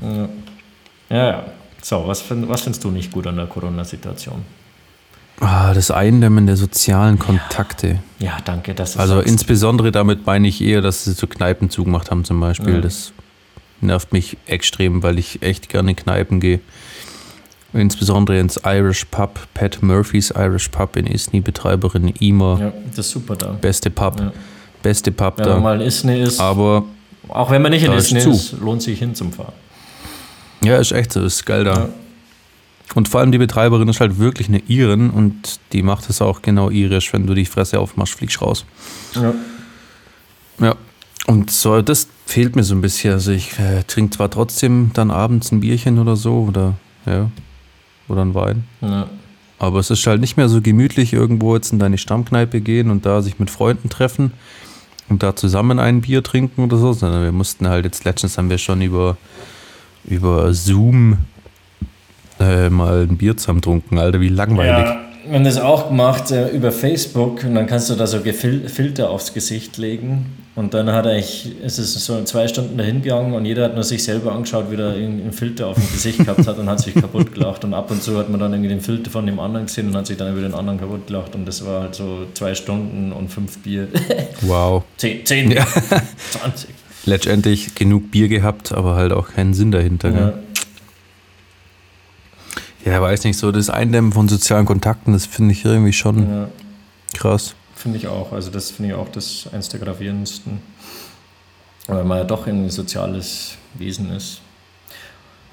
C: Ja, ja. ja. So, was, find, was findest du nicht gut an der Corona-Situation?
B: Ah, das Eindämmen der sozialen Kontakte.
C: Ja, danke, das ist
B: Also insbesondere damit meine ich eher, dass sie so Kneipen zugemacht haben zum Beispiel.
C: Ja.
B: Das nervt mich extrem, weil ich echt gerne in Kneipen gehe. Insbesondere ins Irish Pub, Pat Murphy's Irish Pub in Isny, Betreiberin Ima.
C: ja, das ist super da.
B: Beste Pub,
C: Ja.
B: beste Pub
C: Wenn
B: da.
C: man mal in Isne ist,
B: Aber
C: auch wenn man nicht in
B: da ist
C: Isne
B: zu.
C: ist, lohnt sich hinzufahren.
B: ja, ist echt so, ist geil da.
C: Ja.
B: Und vor allem die Betreiberin ist halt wirklich eine Iren und die macht es auch genau irisch. Wenn du die Fresse aufmachst, fliegst du raus.
C: Ja.
B: Ja. Und so, das fehlt mir so ein bisschen. Also ich äh, trinke zwar trotzdem dann abends ein Bierchen oder so oder ja, oder einen Wein.
C: Ja.
B: Aber es ist halt nicht mehr so gemütlich, irgendwo jetzt in deine Stammkneipe gehen und da sich mit Freunden treffen und da zusammen ein Bier trinken oder so, sondern wir mussten halt jetzt letztens haben wir schon über, über Zoom äh, mal ein Bier zusammen getrunken. Alter, wie langweilig.
C: Ja, wir haben das auch gemacht äh, über Facebook und dann kannst du da so Gefil Filter aufs Gesicht legen und dann hat eigentlich, es ist so zwei Stunden dahin gegangen und jeder hat nur sich selber angeschaut, wie er einen Filter auf dem Gesicht gehabt hat und hat sich kaputt gelacht und ab und zu hat man dann irgendwie den Filter von dem anderen gesehen und hat sich dann über den anderen kaputt gelacht und das war halt so zwei Stunden und fünf Bier. (laughs)
B: Wow.
C: zehn, zehn Bier. 20.
B: Letztendlich genug Bier gehabt, aber halt auch keinen Sinn dahinter. Ja.
C: Ja.
B: Gell? ja, weiß nicht, so das Eindämmen von sozialen Kontakten, das finde ich irgendwie schon
C: Ja,
B: krass.
C: finde ich auch. Also das finde ich auch das eins der gravierendsten. Weil man ja doch irgendwie ein soziales Wesen ist.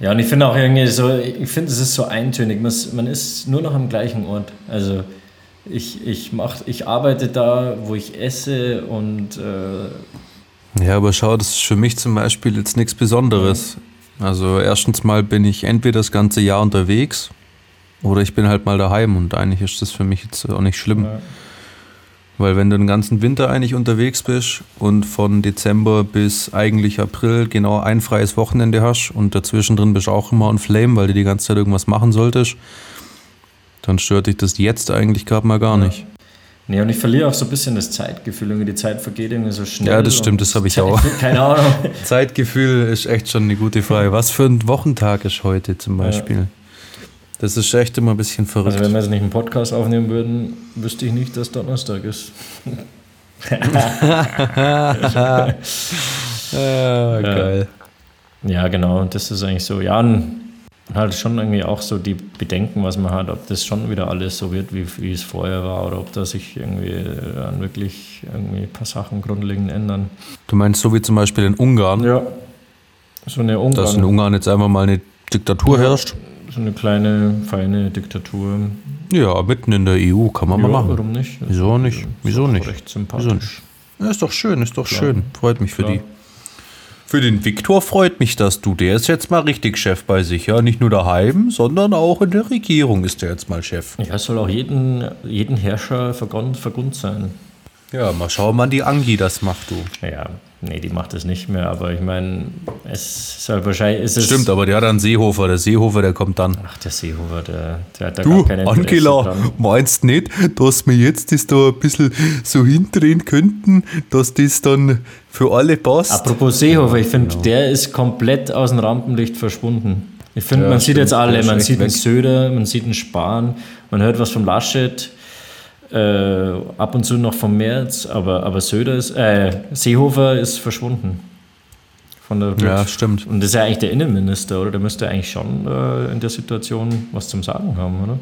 C: Ja, und ich finde auch irgendwie so, ich finde, es ist so eintönig. Man ist- Man ist nur noch am gleichen Ort. Also ich, ich, mach, ich arbeite da, wo ich esse und äh,
B: Ja, aber schau, das ist für mich zum Beispiel jetzt nichts Besonderes. Also erstens mal bin ich entweder das ganze Jahr unterwegs oder ich bin halt mal daheim und eigentlich ist das für mich jetzt auch nicht schlimm.
C: Ja.
B: Weil wenn du den ganzen Winter eigentlich unterwegs bist und von Dezember bis eigentlich April genau ein freies Wochenende hast und dazwischen drin bist du auch immer on flame, weil du die ganze Zeit irgendwas machen solltest, dann stört dich das jetzt eigentlich gerade mal gar nicht.
C: Nee, und ich verliere auch so ein bisschen das Zeitgefühl. Irgendwie die Zeit vergeht irgendwie so schnell.
B: Ja, das
C: und
B: stimmt, das habe ich
C: Zeit-
B: auch. (laughs)
C: Keine Ahnung.
B: Zeitgefühl ist echt schon eine gute Frage. Was für ein Wochentag ist heute zum Beispiel? Das ist echt immer ein bisschen
C: Also
B: verrückt.
C: wenn wir jetzt nicht einen Podcast aufnehmen würden, wüsste ich nicht, dass Donnerstag ist.
B: ah, geil.
C: Ja, genau, das ist eigentlich so. Ja, und halt schon irgendwie auch so die Bedenken, was man hat, ob das schon wieder alles so wird, wie, wie es vorher war, oder ob da sich irgendwie äh, dann wirklich irgendwie ein paar Sachen grundlegend ändern.
B: Du meinst so wie zum Beispiel in Ungarn,
C: Ja. So eine Ungarn,
B: dass in Ungarn jetzt einfach mal eine Diktatur herrscht?
C: so eine kleine, feine Diktatur.
B: Ja, mitten in der EU kann man
C: Ja,
B: mal machen.
C: Warum nicht? Das
B: Wieso nicht? Wieso
C: ist auch
B: nicht?
C: Recht
B: Wieso
C: sympathisch.
B: nicht? Ja, ist doch schön, ist doch
C: Klar.
B: schön. Freut mich für
C: Klar.
B: die. Für den Viktor freut mich das, du. Der ist jetzt mal richtig Chef bei sich. Ja, nicht nur daheim, sondern auch in der Regierung ist der jetzt mal Chef.
C: Ja, es soll auch jeden, jeden Herrscher vergund, vergund sein.
B: Ja, mal schauen, wann die Angie das macht, du.
C: Ja, nee, die macht das nicht mehr, aber ich meine, es ist halt wahrscheinlich. Es ist
B: Stimmt, aber der hat einen Seehofer. Der Seehofer, der kommt dann.
C: Ach, der Seehofer, der, der hat da
B: Du,
C: gar keinen
B: Angela,
C: dran.
B: meinst nicht, dass wir jetzt das da ein bisschen so hindrehen könnten, dass das dann für alle passt?
C: Apropos Seehofer, ich finde,
B: Genau.
C: der ist komplett aus dem Rampenlicht verschwunden. Ich finde,
B: Ja,
C: man sieht
B: stimmt,
C: jetzt
B: der
C: alle,
B: ist
C: man
B: echt
C: sieht einen
B: weg.
C: Söder, man sieht einen Spahn, man hört was vom Laschet, äh, ab und zu noch vom Merz, aber, aber Söder ist, äh, Seehofer ist verschwunden. Von der
B: ja, stimmt.
C: Und das ist ja eigentlich der Innenminister, oder? Der müsste eigentlich schon äh, in der Situation was zum Sagen haben, oder?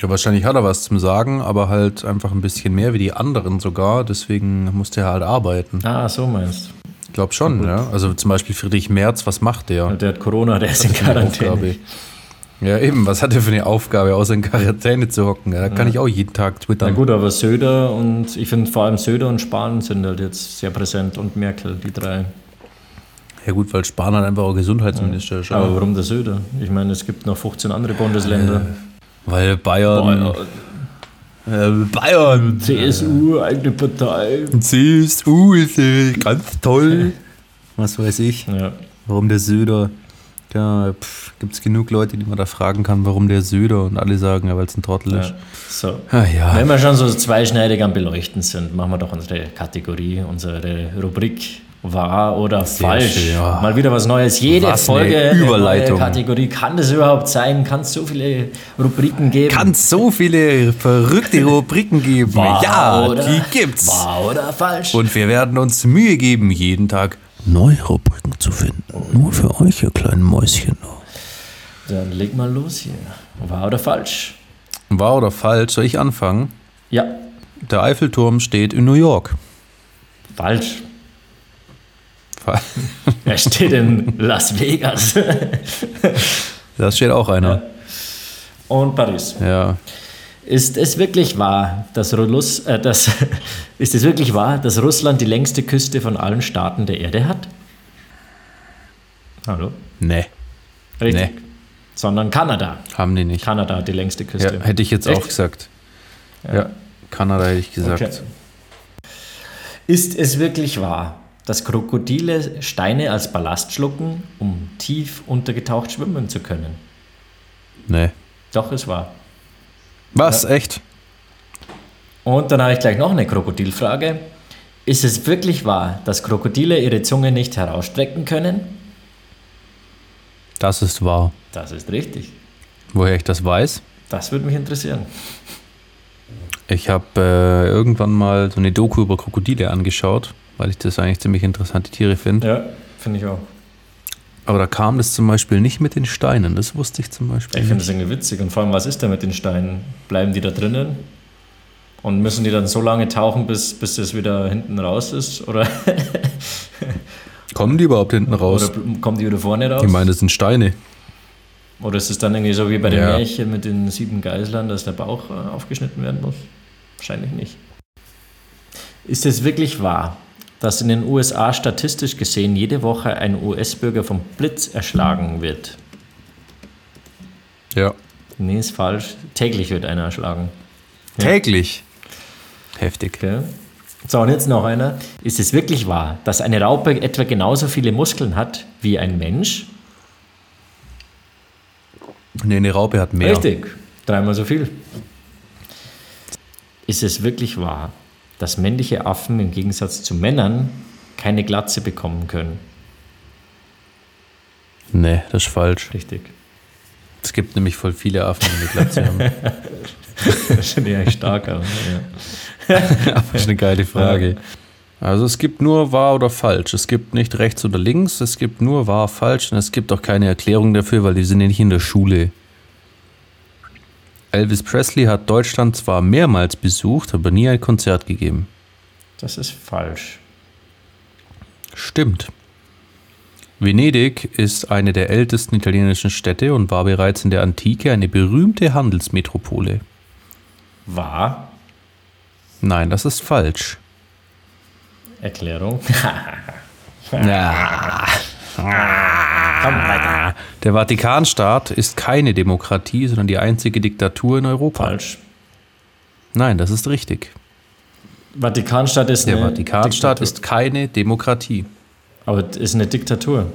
B: Ja, wahrscheinlich hat er was zum Sagen, aber halt einfach ein bisschen mehr wie die anderen sogar. Deswegen musste er halt arbeiten.
C: Ah, so meinst
B: Ich glaube schon, ja. Also zum Beispiel Friedrich Merz, was macht der?
C: du. Der hat Corona, der ist in
B: für eine
C: Quarantäne.
B: Aufgabe? Ja, eben, was hat er für eine Aufgabe, außer in Quarantäne zu hocken? Ja, da kann ich auch jeden Tag
C: Na
B: twittern.
C: gut, aber Söder und ich finde vor allem Söder und Spahn sind halt jetzt sehr präsent und Merkel, die drei.
B: Ja, gut, weil Spahn halt einfach auch Gesundheitsminister ist.
C: Aber
B: aber-
C: warum der Söder? Ich meine, es gibt noch 15 andere Bundesländer.
B: Weil Bayern. Äh, Bayern.
C: CSU, eigene Partei.
B: CSU ist äh, ganz toll. was weiß ich.
C: Ja.
B: Warum der Söder? Da gibt es genug Leute, die man da fragen kann, warum der Söder und alle sagen, ja, weil es ein Trottel
C: Ja.
B: ist.
C: So.
B: Ah, ja.
C: Wenn wir schon so zweischneidig am Beleuchten sind, machen wir doch unsere Kategorie, unsere Rubrik wahr oder falsch.
B: schön, ja.
C: Mal wieder was Neues. Jede
B: Was eine
C: Folge
B: Überleitung.
C: Neue Kategorie. Kann das überhaupt sein? Kann es so viele Rubriken geben?
B: Kann so viele verrückte Rubriken geben.
C: wahr
B: ja,
C: oder,
B: die gibt's.
C: Wahr oder falsch?
B: Und wir werden uns Mühe geben, jeden Tag neue Rubriken zu finden. Nur für euch, ihr kleinen Mäuschen.
C: Dann leg mal los hier. Wahr oder falsch?
B: Wahr oder falsch, soll ich anfangen?
C: Ja,
B: Der Eiffelturm steht in New York. (laughs)
C: falsch.
B: Fa-
C: Er
B: (laughs)
C: steht in Las Vegas
B: Da steht auch einer.
C: und Paris.
B: Ja.
C: Ist es wirklich wahr, dass Russ, äh, dass, (laughs) ist es wirklich wahr, dass Russland die längste Küste von allen Staaten der Erde hat? Hallo?
B: Nee,
C: Richtig. Sondern Kanada.
B: haben die nicht.
C: Kanada hat die längste
B: Ja,
C: Küste.
B: hätte ich jetzt
C: Echt?
B: auch gesagt. Ja. Kanada hätte ich gesagt.
C: Okay. Ist es wirklich wahr, dass Krokodile Steine als Ballast schlucken, um tief untergetaucht schwimmen zu können?
B: Nee.
C: Doch, es war.
B: Was? Echt?
C: Und dann habe ich gleich noch eine Krokodilfrage. Ist es wirklich wahr, dass Krokodile ihre Zunge nicht herausstrecken können?
B: Das ist wahr.
C: Das ist richtig.
B: Woher ich das weiß?
C: Das würde mich interessieren.
B: Ich habe äh, irgendwann mal so eine Doku über Krokodile angeschaut, weil ich das eigentlich ziemlich interessante Tiere finde.
C: Ja, finde ich auch.
B: Aber da kam das zum Beispiel nicht mit den Steinen. Das wusste ich zum
C: Ich
B: Beispiel.
C: finde
B: nicht.
C: das irgendwie witzig. Und vor allem, was ist da mit den Steinen? Bleiben die da drinnen? Und müssen die dann so lange tauchen, bis, bis das wieder hinten raus ist? Oder,
B: Kommen die überhaupt hinten raus?
C: oder bl- kommen die wieder vorne raus?
B: Ich meine, das sind Steine.
C: oder ist es dann irgendwie so wie bei den
B: Ja.
C: Märchen mit den sieben Geißlern, dass der Bauch äh, aufgeschnitten werden muss? Wahrscheinlich nicht. Ist es wirklich wahr, dass in den USA statistisch gesehen jede Woche ein US-Bürger vom Blitz erschlagen wird?
B: Ja.
C: Nee, ist falsch. Täglich wird einer erschlagen.
B: Täglich. Heftig.
C: Okay. So, und jetzt noch einer. Ist es wirklich wahr, dass eine Raupe etwa genauso viele Muskeln hat wie ein Mensch?
B: Nee, eine Raupe hat mehr.
C: Richtig. Dreimal so viel. Ist es wirklich wahr, dass männliche Affen im Gegensatz zu Männern keine Glatze bekommen können?
B: Nee, das ist falsch.
C: Richtig.
B: Es gibt nämlich voll viele Affen, die eine Glatze haben.
C: Das finde ich eigentlich stark. Aber, ja.
B: Das ist eine geile Frage. Also es gibt nur wahr oder falsch. Es gibt nicht rechts oder links. Es gibt nur wahr, falsch. Und es gibt auch keine Erklärung dafür, weil die sind ja nicht in der Schule. Elvis Presley hat Deutschland zwar mehrmals besucht, aber nie ein Konzert gegeben.
C: Das ist falsch.
B: Stimmt. Venedig ist eine der ältesten italienischen Städte und war bereits in der Antike eine berühmte Handelsmetropole.
C: Wahr?
B: Nein, das ist falsch.
C: Erklärung.
B: Ja. Der Vatikanstaat ist keine Demokratie, sondern die einzige Diktatur in Europa.
C: falsch.
B: Nein, das ist richtig.
C: Vatikanstadt ist
B: Der
C: eine
B: Vatikanstaat
C: Diktatur.
B: ist keine Demokratie.
C: Aber ist eine Diktatur.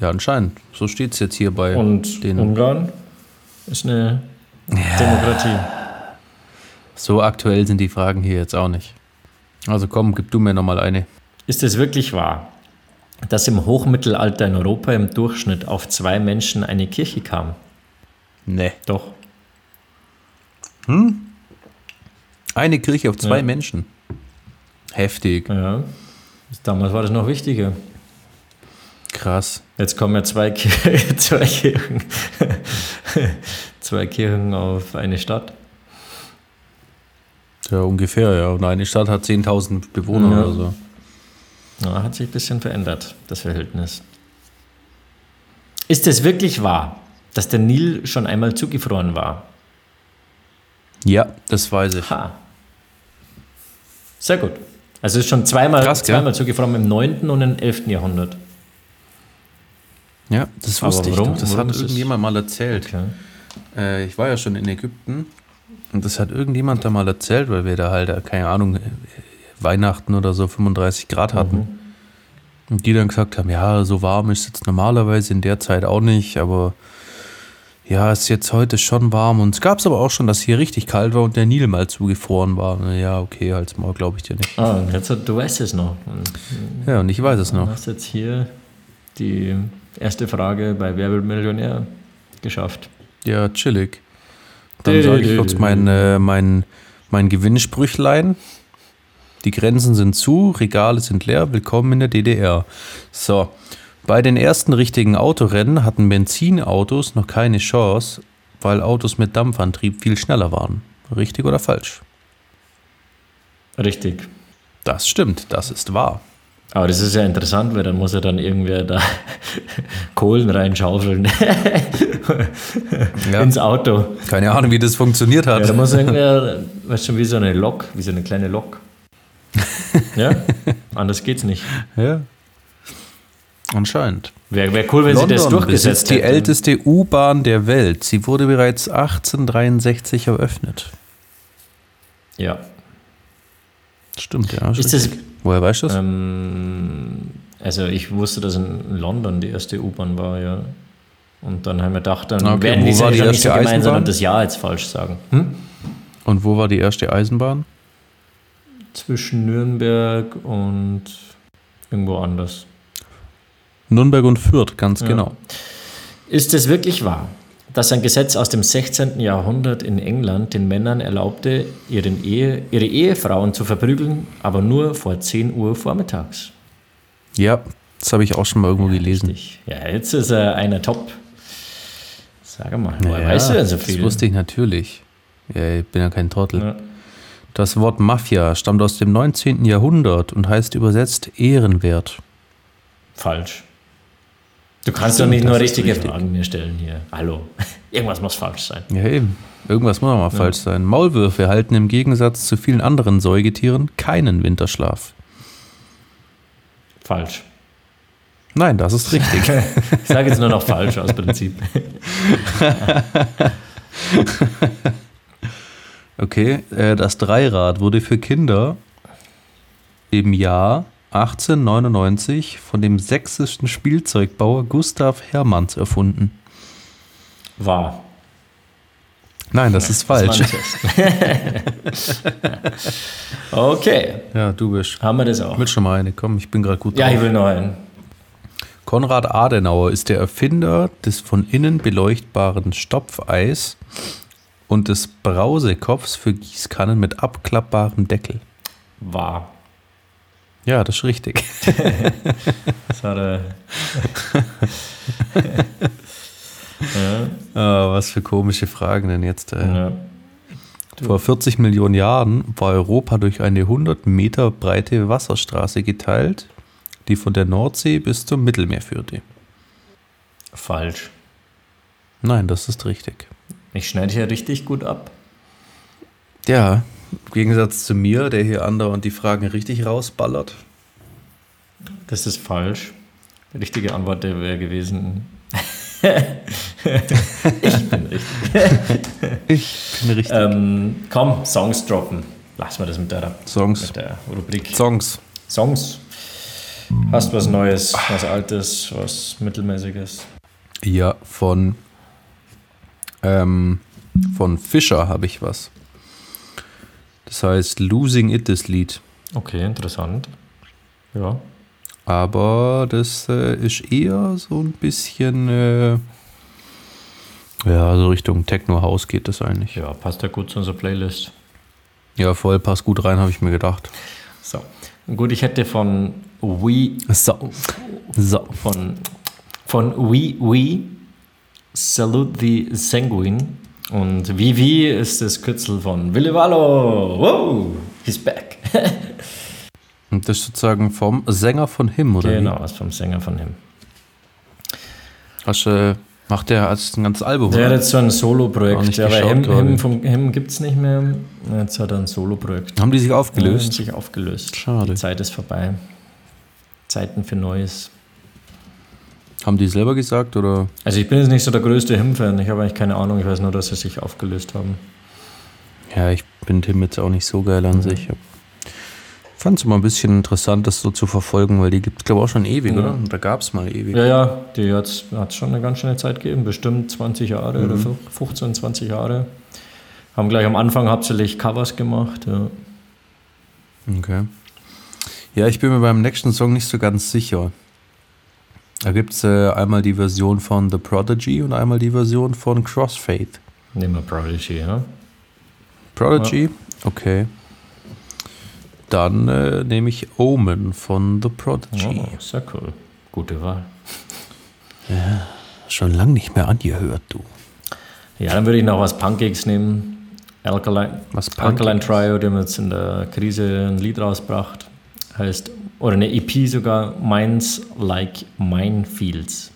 B: Ja, anscheinend. So steht es jetzt hier bei
C: Und
B: denen.
C: Ungarn ist eine Demokratie.
B: So aktuell sind die Fragen hier jetzt auch nicht. Also komm, gib du mir nochmal eine.
C: Ist es wirklich wahr, dass im Hochmittelalter in Europa im Durchschnitt auf zwei Menschen eine Kirche kam?
B: Nee.
C: Doch.
B: Eine Kirche auf zwei
C: Ja.
B: Menschen. Heftig.
C: Ja. Damals war das noch wichtiger.
B: Krass.
C: Jetzt kommen ja zwei, Kir (laughs) zwei Kirchen. zwei Kirchen auf eine Stadt.
B: Ja, ungefähr, ja. Und eine Stadt hat 10.000 Bewohner
C: Ja.
B: oder so.
C: Na, hat sich ein bisschen verändert, das Verhältnis. Ist es wirklich wahr, dass der Nil schon einmal zugefroren war?
B: Ja, das weiß ich.
C: Ha. Sehr gut. Also ist schon zweimal,
B: Krass, gell?
C: zweimal zugefroren im 9. und im 11. Jahrhundert.
B: Ja, das
C: Aber
B: wusste
C: warum?
B: ich. Doch. Das
C: Warum
B: hat
C: ist es-
B: irgendjemand mal erzählt.
C: Okay.
B: Äh, ich war ja schon in Ägypten und das hat irgendjemand da mal erzählt, weil wir da halt, äh, keine Ahnung, äh, Weihnachten oder so 35 Grad hatten. Und die dann gesagt haben, ja, so warm ist es jetzt normalerweise in der Zeit auch nicht, aber ja, ist jetzt heute schon warm. Und es gab es aber auch schon, dass hier richtig kalt war und der Nil mal zugefroren war. Na Ja, okay, halt's mal, glaube ich dir nicht.
C: Ah, und jetzt, du weißt es noch.
B: Ja, und ich weiß es
C: Du
B: noch.
C: hast jetzt hier die erste Frage bei Wer wird Millionär geschafft.
B: Ja, chillig. Dann sage ich kurz mein, äh, mein, mein Gewinnsprüchlein. Die Grenzen sind zu, Regale sind leer, willkommen in der DDR. So, bei den ersten richtigen Autorennen hatten Benzinautos noch keine Chance, weil Autos mit Dampfantrieb viel schneller waren. Richtig oder falsch?
C: Richtig.
B: Das stimmt, das ist wahr.
C: Aber das ist ja interessant, weil dann muss ja dann irgendwer da (laughs) Kohlen reinschaufeln
B: (laughs) Ja.
C: ins Auto.
B: Keine Ahnung, wie das funktioniert
C: Ja,
B: hat.
C: da muss irgendwer, weißt schon, wie so eine Lok, wie so eine
B: (laughs)
C: kleine Lok. Ja, anders geht's nicht.
B: Ja. Anscheinend.
C: Wäre wär cool, wenn sie das
B: London
C: durchgesetzt
B: besitzt die
C: hätten.
B: älteste U-Bahn der Welt. Sie wurde bereits 1863 eröffnet.
C: Ja.
B: Stimmt, ja.
C: Ist das,
B: Woher weißt du das?
C: ähm, also ich wusste, dass in London die erste U-Bahn war, ja. Und dann haben wir gedacht, dann
B: Ah, Okay,
C: werden
B: wo
C: die
B: war
C: sicher
B: die
C: nicht so
B: erste
C: gemein,
B: Eisenbahn?
C: sondern
B: Hm?
C: das Jahr jetzt falsch sagen.
B: Und wo war die erste Eisenbahn?
C: Zwischen Nürnberg und irgendwo anders.
B: Nürnberg und Fürth, ganz genau.
C: Ist es wirklich wahr, dass ein Gesetz aus dem 16. Jahrhundert in England den Männern erlaubte, ihren Ehe, ihre Ehefrauen zu verprügeln, aber nur vor 10 Uhr vormittags?
B: Ja, das habe ich auch schon mal irgendwo gelesen.
C: Richtig. Ja, jetzt ist er einer top. Sag mal, woher
B: Ja,
C: weißt du denn so viel?
B: Das wusste ich natürlich. Ja, ich bin ja kein Trottel.
C: Ja.
B: Das Wort Mafia stammt aus dem 19. Jahrhundert und heißt übersetzt ehrenwert.
C: Falsch. Du kannst doch nicht nur richtige Fragen mir stellen hier. Hallo. (laughs) Irgendwas muss falsch sein.
B: Ja, eben. Irgendwas muss doch mal falsch sein. Maulwürfe halten im Gegensatz zu vielen anderen Säugetieren keinen Winterschlaf.
C: Falsch.
B: Nein, das ist richtig.
C: Ich sage jetzt nur noch falsch aus Prinzip.
B: (laughs) Okay, äh, das Dreirad wurde für Kinder im Jahr 1899 von dem sächsischen Spielzeugbauer Gustav Hermanns erfunden.
C: Wahr.
B: Nein, das ist falsch.
C: (laughs) Okay,
B: Ja, du bist.
C: haben wir das auch.
B: Ich will schon mal eine, komm, ich bin gerade gut
C: Ja, ich
B: drauf.
C: will noch einen.
B: Konrad Adenauer ist der Erfinder des von innen beleuchtbaren Stopfeis und des Brausekopfs für Gießkannen mit abklappbarem Deckel.
C: Wahr.
B: Ja, das ist richtig. (laughs)
C: Das äh, war der.
B: Ah, was für komische Fragen denn jetzt. Äh.
C: ja.
B: Vor 40 Millionen Jahren war Europa durch eine 100 Meter breite Wasserstraße geteilt, die von der Nordsee bis zum Mittelmeer führte.
C: Falsch.
B: Nein, das ist richtig.
C: Ich schneide hier richtig gut ab.
B: Ja, im Gegensatz zu mir, der hier andauernd die Fragen richtig rausballert.
C: Das ist falsch. Die richtige Antwort wäre gewesen. ich bin richtig.
B: Ich bin richtig.
C: Ähm, komm, Songs droppen. Lass mal das mit der,
B: Songs.
C: mit der Rubrik.
B: Songs.
C: Songs. Hast was Neues, was Altes, was Mittelmäßiges?
B: Ja, von, ähm, von Fischer habe ich was. Das heißt Losing It, das Lied.
C: Okay, interessant. Ja.
B: Aber das äh, ist eher so ein bisschen, äh, ja, so Richtung Techno-House geht das eigentlich.
C: Ja, passt ja gut zu unserer Playlist.
B: Ja, voll, passt gut rein, habe ich mir gedacht.
C: So. Gut, ich hätte von We
B: So, so.
C: von, von We We Salute the Sanguine und Vivi ist das Kürzel von Willi Wallo. Wow, he's back. (laughs)
B: Und das ist sozusagen vom Sänger von Him, oder?
C: genau, ist vom Sänger von ihm.
B: Wie? Hast, äh, macht der als ein ganzes Album?
C: Der hat
B: oder?
C: jetzt so ein
B: Gar
C: Solo-Projekt,
B: nicht
C: ja, aber
B: geschaut,
C: Him,
B: oder wie?
C: Him, vom, Him gibt es nicht mehr. Jetzt hat er ein Solo-Projekt.
B: Haben die sich
C: Ja,
B: aufgelöst?
C: sich aufgelöst.
B: Schade.
C: Die Zeit ist vorbei. Zeiten für Neues.
B: Haben die selber gesagt, oder?
C: Also ich bin jetzt nicht so der größte Him-Fan. Ich habe eigentlich keine Ahnung. Ich weiß nur, dass sie sich aufgelöst haben.
B: Ja, ich bin Tim jetzt auch nicht so geil an sich. Fand es immer ein bisschen interessant, das so zu verfolgen, weil die gibt es, glaube ich, auch schon ewig,
C: Ja.
B: oder? Und da gab es mal ewig.
C: Ja, ja, die hat es schon eine ganz schöne Zeit gegeben, bestimmt 20 Jahre oder 15, 20 Jahre. Haben gleich am Anfang hauptsächlich Covers gemacht. Ja.
B: Okay. Ja, ich bin mir beim nächsten Song nicht so ganz sicher. Da gibt es äh, einmal die Version von The Prodigy und einmal die Version von Crossfade.
C: Nehmen wir Prodigy, ja.
B: Prodigy? Okay. Dann äh, nehme ich Omen von The Prodigy.
C: Oh, sehr cool. Gute Wahl.
B: Schon lange nicht mehr angehört, du.
C: Ja, dann würde ich noch was Punkigs nehmen. Alkaline,
B: Was Punkiges?
C: Alkaline Trio, die haben jetzt in der Krise ein Lied rausgebracht. Heißt, oder eine EP sogar, Mines Like Minefields.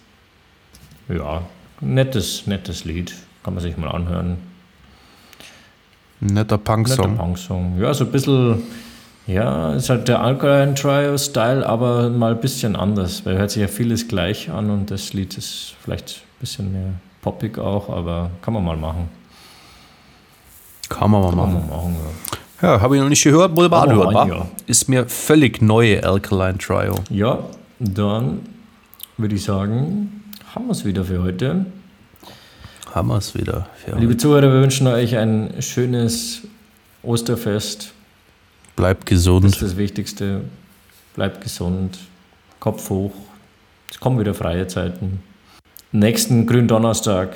C: Ja, nettes, nettes Lied. Kann man sich mal anhören.
B: Netter
C: Netter
B: Punk-Song.
C: Punk-Song. Ja, so ein bisschen, ja, ist halt der Alkaline Trio-Style, aber mal ein bisschen anders, weil hört sich ja vieles gleich an und das Lied ist vielleicht ein bisschen mehr poppig auch, aber kann man mal machen.
B: Kann man mal
C: Kann
B: machen.
C: man machen, ja.
B: Ja, habe ich noch nicht gehört, wurde mal
C: Kann man
B: anhören,
C: mal,
B: wa?
C: ja.
B: Ist mir völlig neue Alkaline Trio.
C: Ja, dann würde ich sagen, haben wir es wieder für heute.
B: Haben wir es wieder. Ja.
C: Liebe Zuhörer, wir wünschen euch ein schönes Osterfest.
B: Bleibt
C: Das ist
B: gesund.
C: das Wichtigste. Bleibt gesund, Kopf hoch. Es kommen wieder freie Zeiten. Nächsten Gründonnerstag,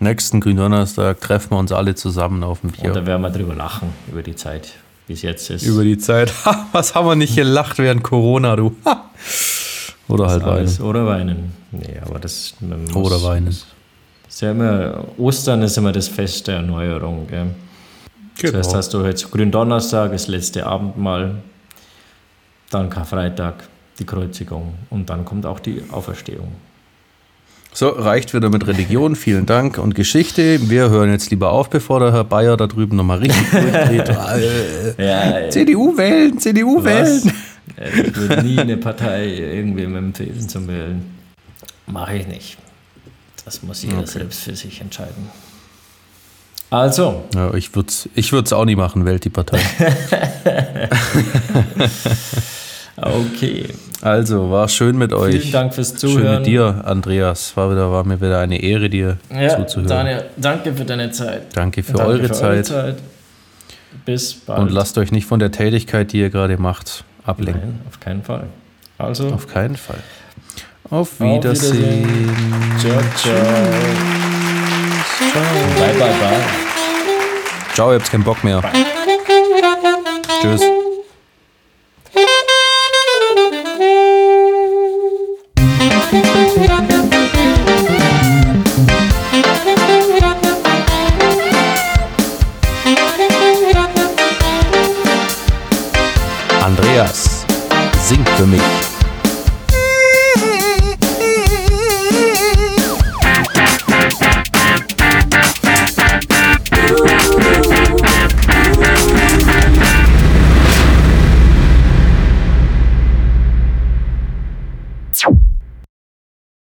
B: Nächsten Gründonnerstag treffen wir uns alle zusammen auf dem Bier.
C: und da werden wir drüber lachen, über die Zeit, wie es jetzt ist.
B: Über die Zeit. Ha, Was haben wir nicht gelacht während Corona, du? Ha. Oder halt
C: Alles.
B: weinen.
C: Oder weinen. Nee, aber das. man Muss,
B: Oder weinen.
C: Ist ja immer, Ostern ist immer das Fest der Erneuerung. Gell?
B: Genau.
C: Zuerst hast du halt jetzt Gründonnerstag, das letzte Abendmahl, dann Karfreitag, die Kreuzigung und dann kommt auch die Auferstehung.
B: So, reicht wieder mit Religion. Vielen Dank und Geschichte. Wir hören jetzt lieber auf, bevor der Herr Bayer da drüben nochmal
C: (laughs)
B: richtig durchdreht. Äh,
C: Ja, äh,
B: CDU wählen, CDU
C: was?
B: wählen.
C: Äh, Ich würde nie eine Partei irgendwem empfehlen zum Wählen. Mache ich nicht. Das muss jeder selbst für sich entscheiden. Also,
B: Ja, ich würde es ich würd's auch nie machen, wählt die
C: (laughs)
B: Partei.
C: okay.
B: Also, war schön mit euch.
C: Vielen Dank fürs Zuhören.
B: Schön mit dir, Andreas. War, wieder, war mir wieder eine Ehre, dir
C: Ja,
B: zuzuhören.
C: Daniel, danke für deine Zeit.
B: Danke für,
C: Danke
B: eure, Zeit.
C: Bis bald.
B: Und lasst euch nicht von der Tätigkeit, die ihr gerade macht, ablenken.
C: Nein, auf keinen Fall. Also,
B: Auf keinen Fall. Auf
C: Wiedersehen.
B: Wiedersehen.
C: ciao, ciao. Bye, bye, bye.
B: Ciao, ihr habt keinen Bock mehr. Tschüss.